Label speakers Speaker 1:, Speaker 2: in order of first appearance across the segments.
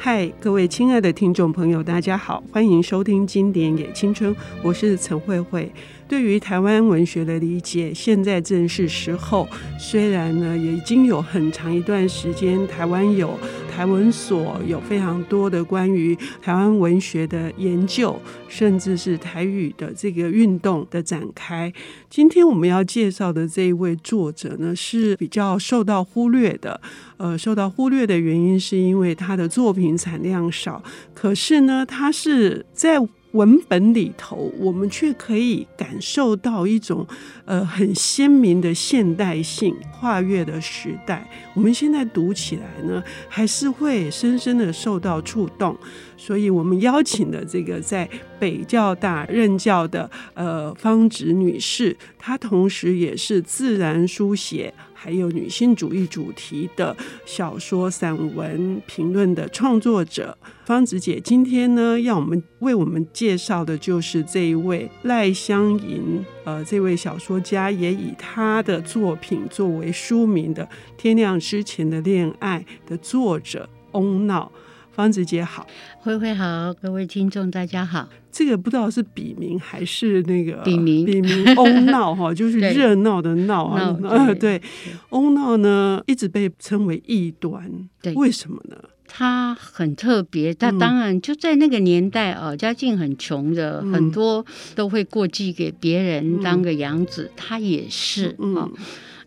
Speaker 1: 嗨，各位亲爱的听众朋友，大家好，欢迎收听《经典也青春》，我是陈慧慧。对于台湾文学的理解，现在正是时候。虽然呢，也已经有很长一段时间，台湾有台文所有非常多的关于台湾文学的研究，甚至是台语的这个运动的展开。今天我们要介绍的这一位作者呢，是比较受到忽略的。呃，受到忽略的原因是因为他的作品产量少，可是呢，他是在文本里头，我们却可以感受到一种呃很鲜明的现代性，跨越的时代。我们现在读起来呢，还是会深深的受到触动。所以我们邀请的这个在北教大任教的呃方直女士，她同时也是自然书写还有女性主义主题的小说、散文、评论的创作者。方直姐今天呢，要我们为我们介绍的就是这一位赖香吟，呃，这位小说家也以她的作品作为书名的《天亮之前的恋爱》的作者翁闹。方直姐好，
Speaker 2: 慧慧好，各位听众大家好。
Speaker 1: 这个不知道是笔名还是那个
Speaker 2: 笔名
Speaker 1: 笔名翁闹 哈，就是热闹的闹啊。
Speaker 2: 闹
Speaker 1: 呃
Speaker 2: 对
Speaker 1: 对，翁闹呢一直被称为异端，
Speaker 2: 对
Speaker 1: 为什么呢？
Speaker 2: 他很特别，他
Speaker 1: 嗯
Speaker 2: 当然就在那个年代啊，家境很穷的，
Speaker 1: 嗯
Speaker 2: 很多都会过继给别人
Speaker 1: 嗯
Speaker 2: 当个养子，他也是啊
Speaker 1: 嗯。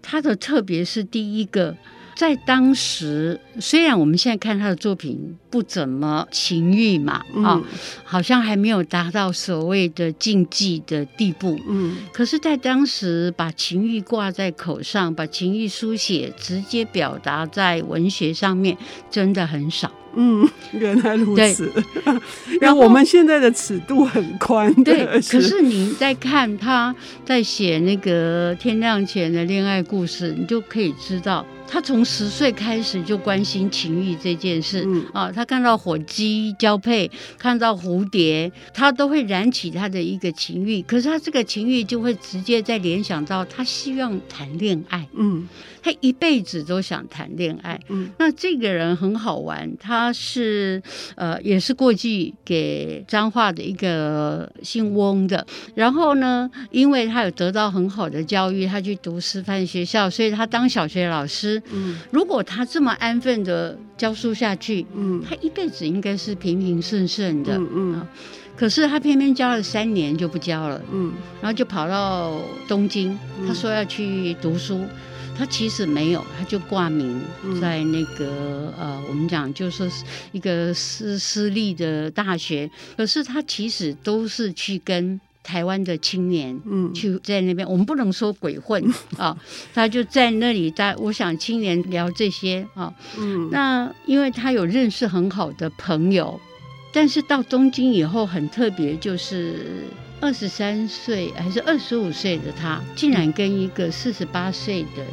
Speaker 2: 他的特别是第一个，在当时虽然我们现在看他的作品不怎么情欲嘛
Speaker 1: 嗯
Speaker 2: 啊，好像还没有达到所谓的禁忌的地步，
Speaker 1: 嗯
Speaker 2: 可是，在当时把情欲挂在口上，把情欲书写直接表达在文学上面，真的很少。
Speaker 1: 嗯， 原来如
Speaker 2: 对
Speaker 1: 此。
Speaker 2: 然
Speaker 1: 然
Speaker 2: 后
Speaker 1: 后我们现在的尺度很宽的，
Speaker 2: 对，可是你在看他在写那个天亮前的恋爱故事，你就可以知道，他从十岁开始就关心情欲这件事。
Speaker 1: 嗯
Speaker 2: 啊，他看到火鸡交配，看到蝴蝶，他都会燃起他的一个情欲。可是他这个情欲就会直接在联想到他希望谈恋爱。
Speaker 1: 嗯
Speaker 2: 他一辈子都想谈恋爱。
Speaker 1: 嗯
Speaker 2: 那这个人很好玩，他是呃也是过继给彰化的一个姓翁的。然后呢，因为他有得到很好的教育，他去读师范学校，所以他当小学老师。
Speaker 1: 嗯
Speaker 2: 如果他这么安分的教书下去，
Speaker 1: 嗯
Speaker 2: 他一辈子应该是平平顺顺的。
Speaker 1: 嗯嗯
Speaker 2: 可是他偏偏教了三年就不教了。
Speaker 1: 嗯
Speaker 2: 然后就跑到东京，
Speaker 1: 嗯
Speaker 2: 他说要去读书，他其实没有，他就挂名
Speaker 1: 嗯
Speaker 2: 在那个、呃，我们讲就说是一个私私立的大学，可是他其实都是去跟台湾的青年。
Speaker 1: 嗯，
Speaker 2: 去在那边，我们不能说 鬼混啊，他就在那里。在我想青年聊这些啊，
Speaker 1: 嗯
Speaker 2: 那因为他有认识很好的朋友，但是到东京以后很特别，就是二十三岁还是二十五岁的他，竟然跟一个四十八岁的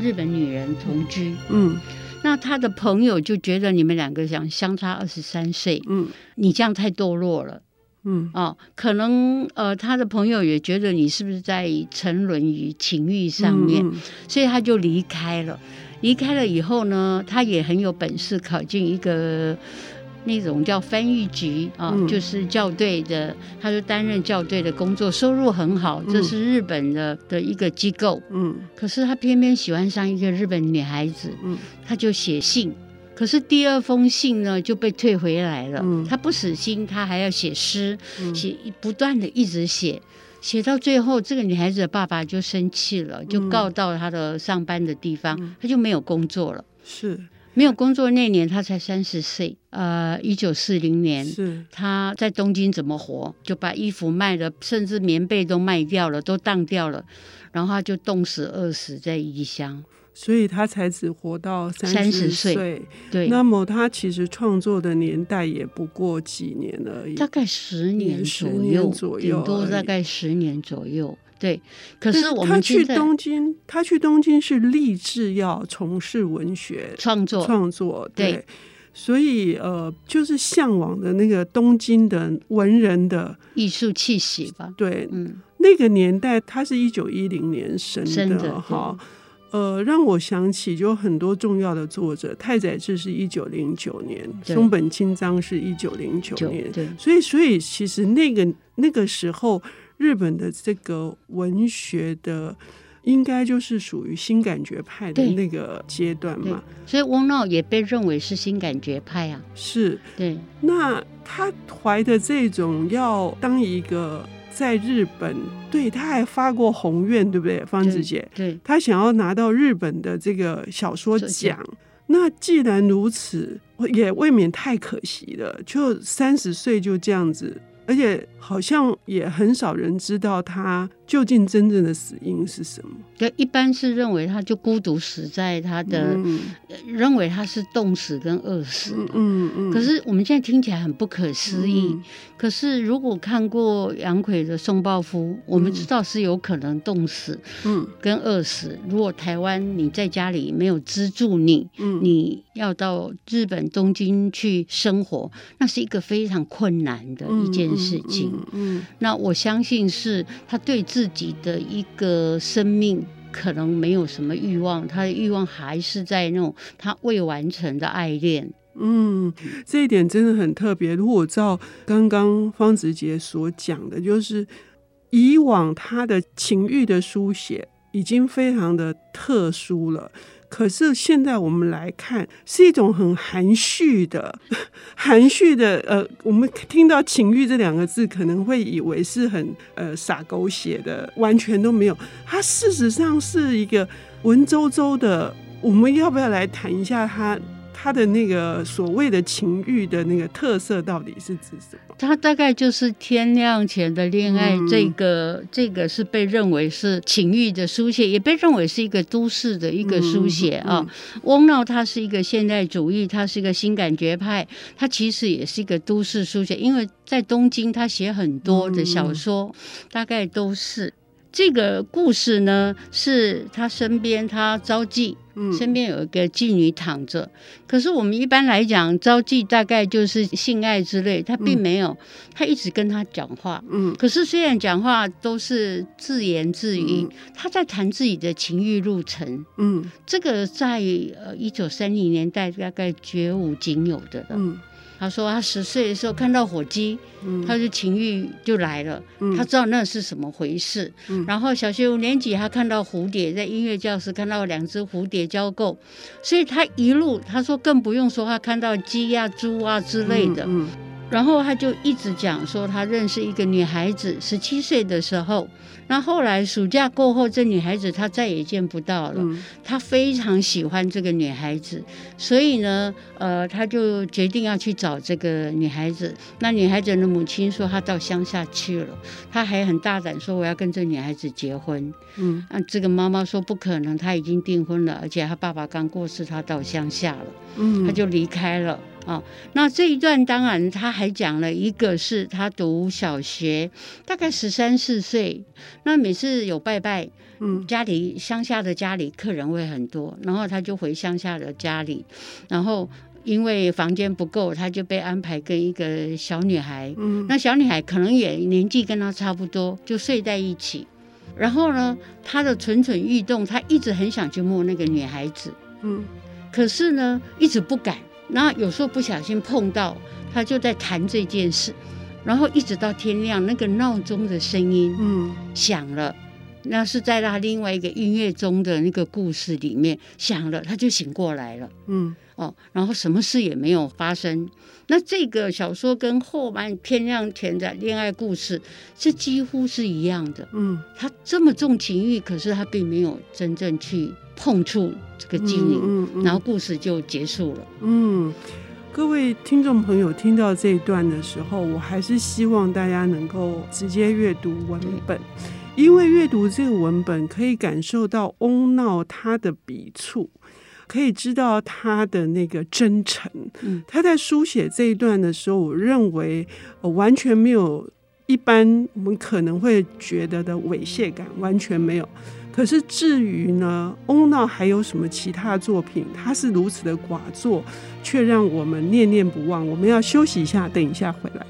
Speaker 2: 日本女人同居。
Speaker 1: 嗯
Speaker 2: 那他的朋友就觉得你们两个想相差二十三岁，
Speaker 1: 嗯
Speaker 2: 你这样太堕落了
Speaker 1: 嗯
Speaker 2: 哦。可能呃，他的朋友也觉得你是不是在沉沦于情欲上面？
Speaker 1: 嗯
Speaker 2: 所以他就离开了。离开了以后呢，他也很有本事，考进一个那种叫翻译局啊，
Speaker 1: 嗯
Speaker 2: 就是校队的，他就担任校队的工作，收入很好，
Speaker 1: 嗯
Speaker 2: 这是日本的、的一个机构。
Speaker 1: 嗯
Speaker 2: 可是他偏偏喜欢上一个日本女孩子，
Speaker 1: 嗯
Speaker 2: 他就写信。可是第二封信呢就被退回来了。
Speaker 1: 嗯
Speaker 2: 他不死心，他还要写诗，
Speaker 1: 嗯
Speaker 2: 写不断的一直写，写到最后，这个女孩子的爸爸就生气了，就告到她的上班的地方，
Speaker 1: 嗯
Speaker 2: 她就没有工作了。
Speaker 1: 是
Speaker 2: 没有工作那年，她才三十岁，呃，一九四零年。
Speaker 1: 是
Speaker 2: 她在东京怎么活？就把衣服卖了，甚至棉被都卖掉了，都当掉了，然后她就冻死、饿死在异乡。
Speaker 1: 所以他才只活到三
Speaker 2: 30
Speaker 1: 十
Speaker 2: 岁
Speaker 1: 岁，
Speaker 2: 对，
Speaker 1: 那么他其实创作的年代也不过几年而已。
Speaker 2: 大概十年左
Speaker 1: 10
Speaker 2: 右，
Speaker 1: 嗯年左右
Speaker 2: 顶多
Speaker 1: 而已
Speaker 2: 大概十年左右。对，
Speaker 1: 可
Speaker 2: 可是我
Speaker 1: 他
Speaker 2: 们
Speaker 1: 去
Speaker 2: 现在
Speaker 1: 东京，他去东京是立志要从事文学
Speaker 2: 创作，
Speaker 1: 创作，对。
Speaker 2: 对
Speaker 1: 所以，呃，就是向往的那个东京的文人的，
Speaker 2: 艺术气息吧。
Speaker 1: 对，
Speaker 2: 嗯，
Speaker 1: 那个年代，他是一九一零年生
Speaker 2: 生的
Speaker 1: 哈，呃，让我想起就很多重要的作者，太宰治是一九零九年，
Speaker 2: 对
Speaker 1: 松本清张是一九零九
Speaker 2: 就
Speaker 1: 年，
Speaker 2: 对
Speaker 1: 所以，所以其实那个那个时候，日本的这个文学的，应该就是属于新感觉派的
Speaker 2: 对
Speaker 1: 那个阶段
Speaker 2: 对
Speaker 1: 嘛。，
Speaker 2: 所以翁闹也被认为是新感觉派啊。
Speaker 1: 是，
Speaker 2: 对，
Speaker 1: 那他怀的这种要当一个在日本，对，他还发过宏愿，对不对，方子姐？
Speaker 2: 对，
Speaker 1: 他想要拿到日本的这个小说
Speaker 2: 作
Speaker 1: 奖
Speaker 2: 家。
Speaker 1: 那既然如此，我也未免太可惜了。就三十岁就这样子，而且好像也很少人知道他究竟真正的死因是什么。
Speaker 2: 对，一般是认为他就孤独死在他的，
Speaker 1: 嗯
Speaker 2: 呃认为他是冻死跟饿死。
Speaker 1: 嗯嗯嗯。
Speaker 2: 可是我们现在听起来很不可思议。
Speaker 1: 嗯
Speaker 2: 可是如果看过杨奎的《送报夫》，我们知道是有可能冻死
Speaker 1: 嗯
Speaker 2: 跟饿死。如果台湾你在家里没有资助你，
Speaker 1: 嗯，
Speaker 2: 你要到日本东京去生活，那是一个非常困难的一件事情。
Speaker 1: 嗯
Speaker 2: 那我相信是他对自己的一个生命可能没有什么欲望，他的欲望还是在那种他未完成的爱恋。
Speaker 1: 嗯，这一点真的很特别。如果照刚刚方子杰所讲的，就是以往他的情欲的书写已经非常的特殊了。可是现在我们来看，是一种很含蓄的、 含蓄的。呃，我们听到“情欲”这两个字，可能会以为是很呃洒狗血的，完全都没有。它事实上是一个文绉绉的。我们要不要来谈一下它它的那个所谓的情欲的那个特色到底是指什么？
Speaker 2: 他大概就是天亮前的恋爱，
Speaker 1: 嗯
Speaker 2: 这个这个是被认为是情欲的书写，也被认为是一个都市的一个书写
Speaker 1: 嗯
Speaker 2: 啊。翁闹他是一个现代主义，他是一个新感觉派，他其实也是一个都市书写，因为在东京他写很多的小说，大概都是。这个故事呢，是他身边他招妓，
Speaker 1: 嗯
Speaker 2: 身边有一个妓女躺着。可是我们一般来讲，招妓大概就是性爱之类，他并没有，他一直跟他讲话。
Speaker 1: 嗯
Speaker 2: 可是虽然讲话都是自言自语
Speaker 1: 嗯，
Speaker 2: 他在谈自己的情欲路程。
Speaker 1: 嗯
Speaker 2: 这个在呃一九三零年代大概绝无仅有的了。
Speaker 1: 嗯
Speaker 2: 他说他十岁的时候看到火鸡，
Speaker 1: 嗯，
Speaker 2: 他就情欲就来了，
Speaker 1: 嗯
Speaker 2: 他知道那是什么回事。
Speaker 1: 嗯
Speaker 2: 然后小学五年级他看到蝴蝶，在音乐教室看到两只蝴蝶交媾，所以他一路他说更不用说他看到鸡呀、猪啊之类的。
Speaker 1: 嗯
Speaker 2: 然后他就一直讲说，他认识一个女孩子，十七岁的时候，那后来暑假过后，这女孩子他再也见不到了。
Speaker 1: 嗯
Speaker 2: 他非常喜欢这个女孩子，所以呢，呃，他就决定要去找这个女孩子。那女孩子的母亲说，她到乡下去了，他还很大胆说我要跟这女孩子结婚。
Speaker 1: 嗯
Speaker 2: 啊，这个妈妈说不可能，她已经订婚了，而且她爸爸刚过世，她到乡下了。
Speaker 1: 嗯，
Speaker 2: 他就离开了啊、那这一段当然他还讲了一个是他读小学，大概十三四岁，那每次有拜拜，
Speaker 1: 嗯
Speaker 2: 家里乡下的家里客人会很多，然后他就回乡下的家里，然后因为房间不够，他就被安排跟一个小女孩
Speaker 1: 嗯
Speaker 2: 那小女孩可能也年纪跟她差不多，就睡在一起。然后呢，他的蠢蠢欲动，他一直很想去摸那个女孩子，
Speaker 1: 嗯
Speaker 2: 可是呢，一直不敢。那有时候不小心碰到，他就在谈这件事，然后一直到天亮，那个闹钟的声音
Speaker 1: 嗯
Speaker 2: 响了，那是在他另外一个音乐中的那个故事里面响了，他就醒过来了。
Speaker 1: 嗯
Speaker 2: 哦，然后什么事也没有发生。那这个小说跟后半天亮前的恋爱故事是几乎是一样的。
Speaker 1: 嗯，
Speaker 2: 他这么重情欲，可是他并没有真正去碰触这个妓女，然后故事就结束了。
Speaker 1: 嗯，各位听众朋友听到这一段的时候，我还是希望大家能够直接阅读文本，因为阅读这个文本可以感受到翁闹他的笔触。可以知道他的那个真诚，
Speaker 2: 嗯
Speaker 1: 他在书写这一段的时候，我认为、呃完全没有一般我们可能会觉得的猥亵感，完全没有。可是至于呢，翁闹还有什么其他作品，他是如此的寡作，却让我们念念不忘。我们要休息一下，等一下回来。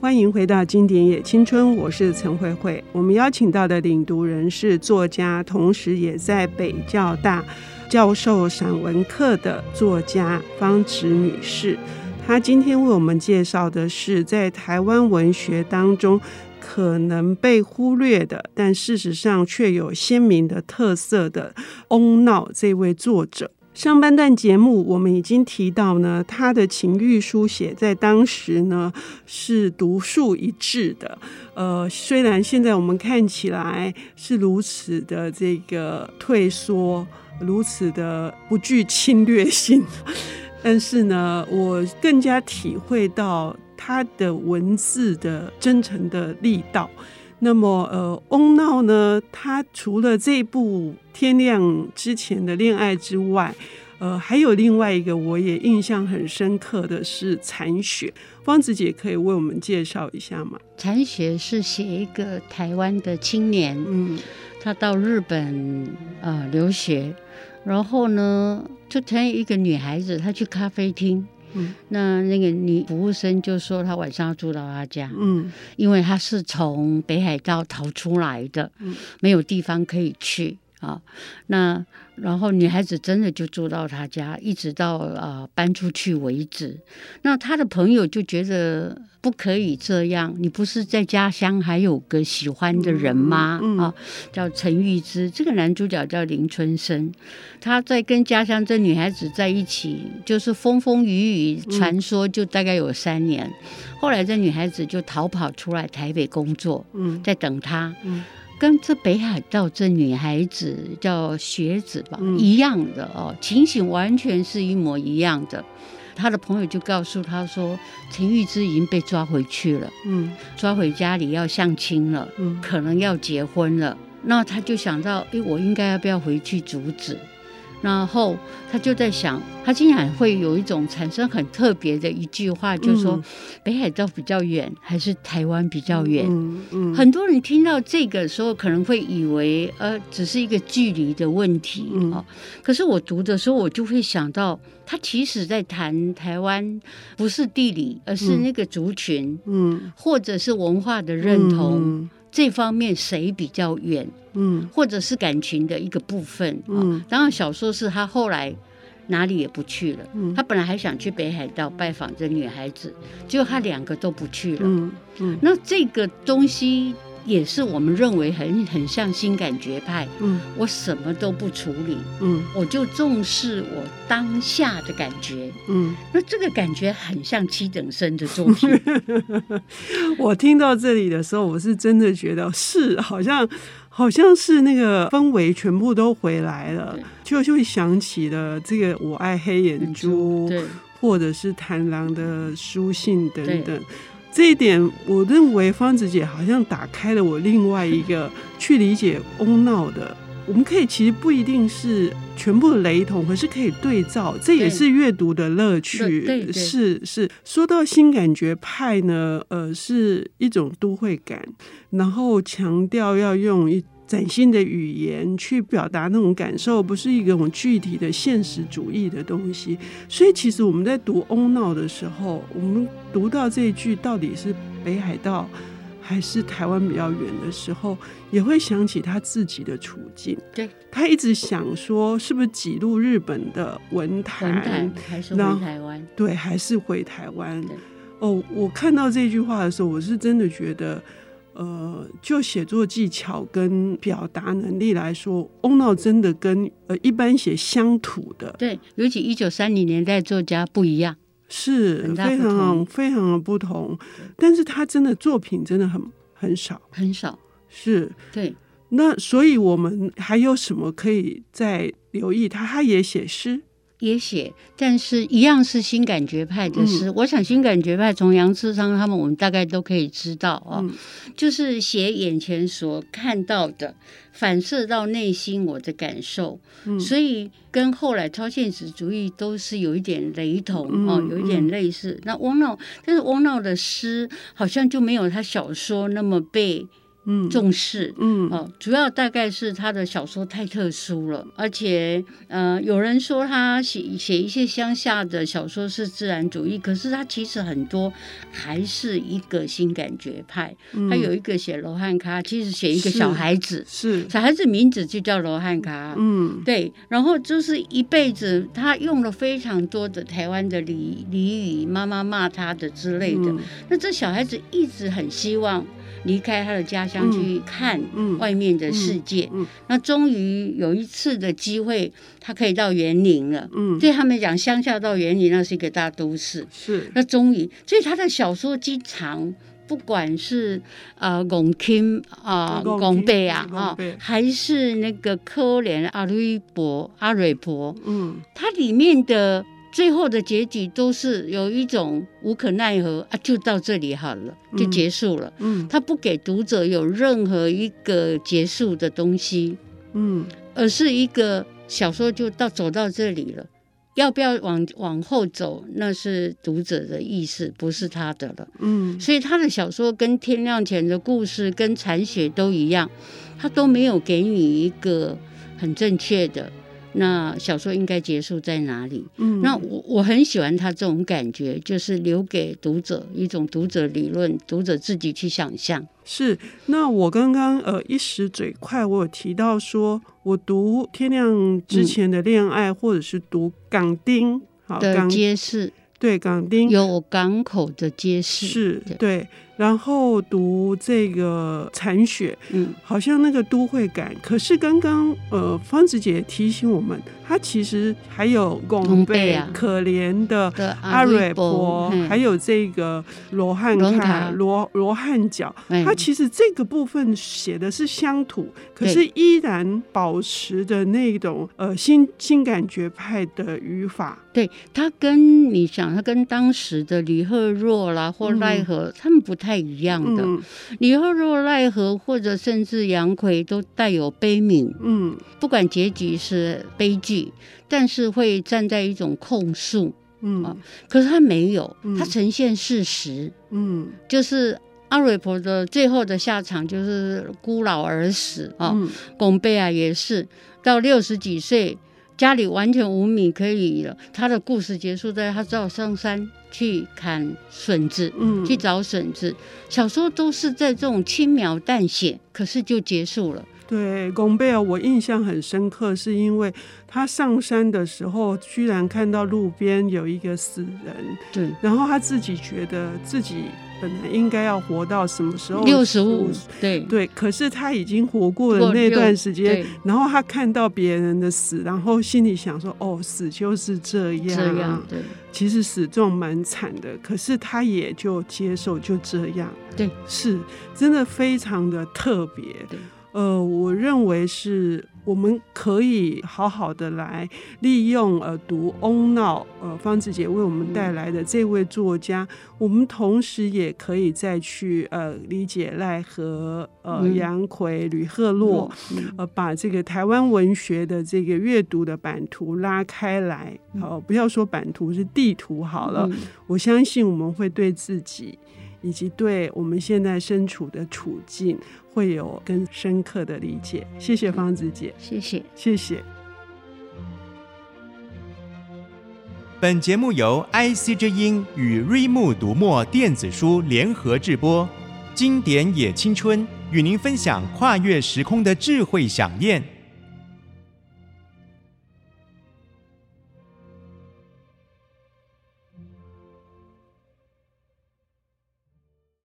Speaker 1: 欢迎回到《经典也青春》，我是陈慧慧。我们邀请到的领读人是作家，同时也在北教大教授散文课的作家方植女士。她今天为我们介绍的是在台湾文学当中可能被忽略的，但事实上却有鲜明的特色的翁闹这位作者。上半段节目我们已经提到呢，他的情欲书写在当时呢是独树一帜的。呃，虽然现在我们看起来是如此的这个退缩，如此的不具侵略性，但是呢，我更加体会到他的文字的真诚的力道。那么，呃，翁闹呢，他除了这部《天亮之前的恋爱》之外，呃，还有另外一个我也印象很深刻的是《残雪》。方子姐可以为我们介绍一下吗？
Speaker 2: 《残雪》是写一个台湾的青年，
Speaker 1: 嗯，
Speaker 2: 他到日本呃留学，然后呢，就突然有一个女孩子，她去咖啡厅，
Speaker 1: 嗯
Speaker 2: 那那个女服务生就说她晚上要住到她家，
Speaker 1: 嗯
Speaker 2: 因为他是从北海道逃出来的，
Speaker 1: 嗯
Speaker 2: 没有地方可以去啊。那然后女孩子真的就住到他家，一直到呃搬出去为止。那他的朋友就觉得不可以这样，你不是在家乡还有个喜欢的人吗？
Speaker 1: 嗯嗯
Speaker 2: 啊，叫陈玉芝，这个男主角叫林春生，他在跟家乡这女孩子在一起，就是风风雨雨，传说就大概有三年。后来这女孩子就逃跑出来台北工作，
Speaker 1: 嗯
Speaker 2: 在等他。
Speaker 1: 嗯
Speaker 2: 跟这北海道这女孩子叫雪子吧、
Speaker 1: 嗯
Speaker 2: 一样的哦，情形完全是一模一样的。他的朋友就告诉他说，陈玉芝已经被抓回去了，
Speaker 1: 嗯
Speaker 2: 抓回家里要相亲了，
Speaker 1: 嗯
Speaker 2: 可能要结婚了。那他就想到，诶，我应该要不要回去阻止？然后他就在想，他竟然会有一种产生很特别的一句话，就是说、
Speaker 1: 嗯
Speaker 2: 北海道比较远，还是台湾比较远？
Speaker 1: 嗯嗯
Speaker 2: 很多人听到这个时候，可能会以为呃，只是一个距离的问题
Speaker 1: 嗯
Speaker 2: 哦。可是我读的时候，我就会想到，他其实在谈台湾不是地理，而是
Speaker 1: 嗯
Speaker 2: 那个族群、
Speaker 1: 嗯
Speaker 2: 或者是文化的认同、
Speaker 1: 嗯
Speaker 2: 这方面谁比较远，
Speaker 1: 嗯
Speaker 2: 或者是感情的一个部分。哦
Speaker 1: 嗯
Speaker 2: 当然，小说是他后来哪里也不去了。
Speaker 1: 嗯
Speaker 2: 他本来还想去北海道拜访这女孩子，结果他两个都不去了。
Speaker 1: 嗯嗯
Speaker 2: 那这个东西也是我们认为很很像新感觉派，
Speaker 1: 嗯
Speaker 2: 我什么都不处理，
Speaker 1: 嗯
Speaker 2: 我就重视我当下的感觉。
Speaker 1: 嗯，
Speaker 2: 那这个感觉很像七等生的作 品，
Speaker 1: 我听到这里的时候，我是真的觉得是好像好像是那个氛围全部都回来了
Speaker 2: 对，
Speaker 1: 就就会想起了这个我爱黑眼珠，
Speaker 2: 对，
Speaker 1: 或者是谭郎的书信等等
Speaker 2: 对。
Speaker 1: 这一点，我认为方子姐好像打开了我另外一个去理解翁闹的。我们可以其实不一定是全部雷同，可是可以对照，这也
Speaker 2: 对
Speaker 1: 是阅读的乐趣。
Speaker 2: 对对
Speaker 1: 是是。说到新感觉派呢，呃，是一种都会感，然后强调要用一崭新的语言去表达那种感受，不是一种具体的现实主义的东西。所以其实我们在读翁闹的时候，我们读到这一句到底是北海道还是台湾比较远的时候，也会想起他自己的处境。
Speaker 2: 对，
Speaker 1: 他一直想说，是不是挤入日本的文坛？
Speaker 2: 文坛还是
Speaker 1: 那
Speaker 2: 回台湾，
Speaker 1: 对，还是回台湾
Speaker 2: 嗯对。
Speaker 1: 哦，我看到这句话的时候，我是真的觉得，呃，就写作技巧跟表达能力来说，翁闹真的跟呃一般写乡土的
Speaker 2: 对，尤其一九三零年代作家不一样，
Speaker 1: 是
Speaker 2: 很大
Speaker 1: 非
Speaker 2: 不同
Speaker 1: 常非常的不同，但是他真的作品真的很很少，
Speaker 2: 很少，
Speaker 1: 是。
Speaker 2: 对，
Speaker 1: 那所以我们还有什么可以再留意他？他也写诗，
Speaker 2: 也写，但是一样是新感觉派的
Speaker 1: 嗯
Speaker 2: 诗。我想新感觉派从杨志昌他们，我们大概都可以知道哦，
Speaker 1: 嗯
Speaker 2: 就是写眼前所看到的，反射到内心我的感受，
Speaker 1: 嗯
Speaker 2: 所以跟后来超现实主义都是有一点雷同、
Speaker 1: 嗯
Speaker 2: 哦，有一点类似。那翁闹，但是翁闹的诗好像就没有他小说那么被。
Speaker 1: 嗯
Speaker 2: 重视。
Speaker 1: 嗯
Speaker 2: 哦，主要大概是他的小说太特殊了，而且，呃，有人说他写写一些乡下的小说是自然主义，可是他其实很多还是一个新感觉派。
Speaker 1: 嗯
Speaker 2: 他有一个写罗汉咖，其实写一个
Speaker 1: 是
Speaker 2: 小孩子，
Speaker 1: 是
Speaker 2: 小孩子名字就叫罗汉咖。
Speaker 1: 嗯
Speaker 2: 对，然后就是一辈子，他用了非常多的台湾的俚俚语，妈妈骂他的之类的。
Speaker 1: 嗯
Speaker 2: 那这小孩子一直很希望离开他的家乡
Speaker 1: 嗯
Speaker 2: 去看
Speaker 1: 嗯
Speaker 2: 外面的世界。
Speaker 1: 嗯嗯
Speaker 2: 那终于有一次的机会，他可以到园林了。
Speaker 1: 嗯
Speaker 2: 对他们讲，乡下到园林那是一个大都市。
Speaker 1: 是
Speaker 2: 那终于，所以他的小说经常。不管是呃龚钦啊、
Speaker 1: 龚
Speaker 2: 龚贝啊
Speaker 1: 钦龚
Speaker 2: 啊
Speaker 1: 贝，
Speaker 2: 还是那个科连阿瑞伯阿瑞伯，
Speaker 1: 嗯
Speaker 2: 它里面的最后的结局都是有一种无可奈何啊，就到这里好了，就
Speaker 1: 嗯
Speaker 2: 结束了。
Speaker 1: 嗯
Speaker 2: 他不给读者有任何一个结束的东西，
Speaker 1: 嗯
Speaker 2: 而是一个小说就到走到这里了。要不要往往后走，那是读者的意识，不是他的了。
Speaker 1: 嗯
Speaker 2: 所以他的小说跟《天亮前的故事》跟《残雪》都一样，他都没有给你一个很正确的那小说应该结束在哪里。
Speaker 1: 嗯
Speaker 2: 那我我很喜欢他这种感觉，就是留给读者一种读者理论，读者自己去想象。
Speaker 1: 是，那我刚刚呃一时嘴快，我有提到说，我读天亮之
Speaker 2: 嗯
Speaker 1: 前的恋爱，或者是读港丁，好
Speaker 2: 的
Speaker 1: 港
Speaker 2: 揭示
Speaker 1: 对港丁
Speaker 2: 有港口的揭示，
Speaker 1: 是
Speaker 2: 对
Speaker 1: 对，然后读这个残雪，
Speaker 2: 嗯，
Speaker 1: 好像那个都会感。可是刚刚呃方子姐提醒我们，她其实还有
Speaker 2: 拱
Speaker 1: 拱
Speaker 2: 贝
Speaker 1: 贝、
Speaker 2: 啊
Speaker 1: 可怜的
Speaker 2: 的
Speaker 1: 阿
Speaker 2: 瑞
Speaker 1: 蕊婆，还
Speaker 2: 有
Speaker 1: 有这个罗汉
Speaker 2: 罗汉
Speaker 1: 卡
Speaker 2: 卡
Speaker 1: 罗罗汉脚，它其实这个部分写的是乡土，可
Speaker 2: 对
Speaker 1: 是依然保持着那种呃新新感觉派的语法。
Speaker 2: 对他跟你想，他跟当时的李赫若啦或
Speaker 1: 嗯
Speaker 2: 奈何、他们不太一样的。
Speaker 1: 嗯
Speaker 2: 李赫若、奈何或者甚至杨奎都带有悲悯，
Speaker 1: 嗯
Speaker 2: 不管结局是悲剧，但是会站在一种控诉。
Speaker 1: 嗯
Speaker 2: 啊可是他没有
Speaker 1: 嗯，
Speaker 2: 他呈现事实，
Speaker 1: 嗯
Speaker 2: 就是阿蕊婆的最后的下场就是孤老而死啊。
Speaker 1: 嗯
Speaker 2: 龚贝啊也是，到六十几岁，家里完全无米可以了。他的故事结束在他只好上山去砍笋子，
Speaker 1: 嗯，
Speaker 2: 去找笋子。小说都是在这种轻描淡写，可是就结束了。
Speaker 1: 对，贡贝尔我印象很深刻，是因为他上山的时候，居然看到路边有一个死人，
Speaker 2: 对，
Speaker 1: 然后他自己觉得自己本来应该要活到什么时候？
Speaker 2: 六十五，对
Speaker 1: 对，可是他已经活过
Speaker 2: 过
Speaker 1: 了那
Speaker 2: 六
Speaker 1: 段时间，
Speaker 2: 对，
Speaker 1: 然后他看到别人的死，然后心里想说：“哦，死就是这样。
Speaker 2: 这样对。
Speaker 1: 其实死这种蛮惨的，可是他也就接受，就这样。
Speaker 2: 对，
Speaker 1: 是真的非常的特别。
Speaker 2: 对，
Speaker 1: 呃，我认为是我们可以好好的来利用呃读翁闹呃方子姐为我们带来的这位作家，我们同时也可以再去呃理解奈何、呃
Speaker 2: 嗯
Speaker 1: 杨奎、吕赫洛。
Speaker 2: 嗯
Speaker 1: 呃，把这个台湾文学的这个阅读的版图拉开来，呃，不要说版图是地图好了，
Speaker 2: 嗯
Speaker 1: 我相信我们会对自己以及对我们现在身处的处境会有更深刻的理解。谢谢方子姐，
Speaker 2: 谢谢。
Speaker 1: 谢谢。
Speaker 3: 本节目由 IC 之音与瑞木读墨电子书联合制播，经典也青春与您分享跨越时空的智慧想念。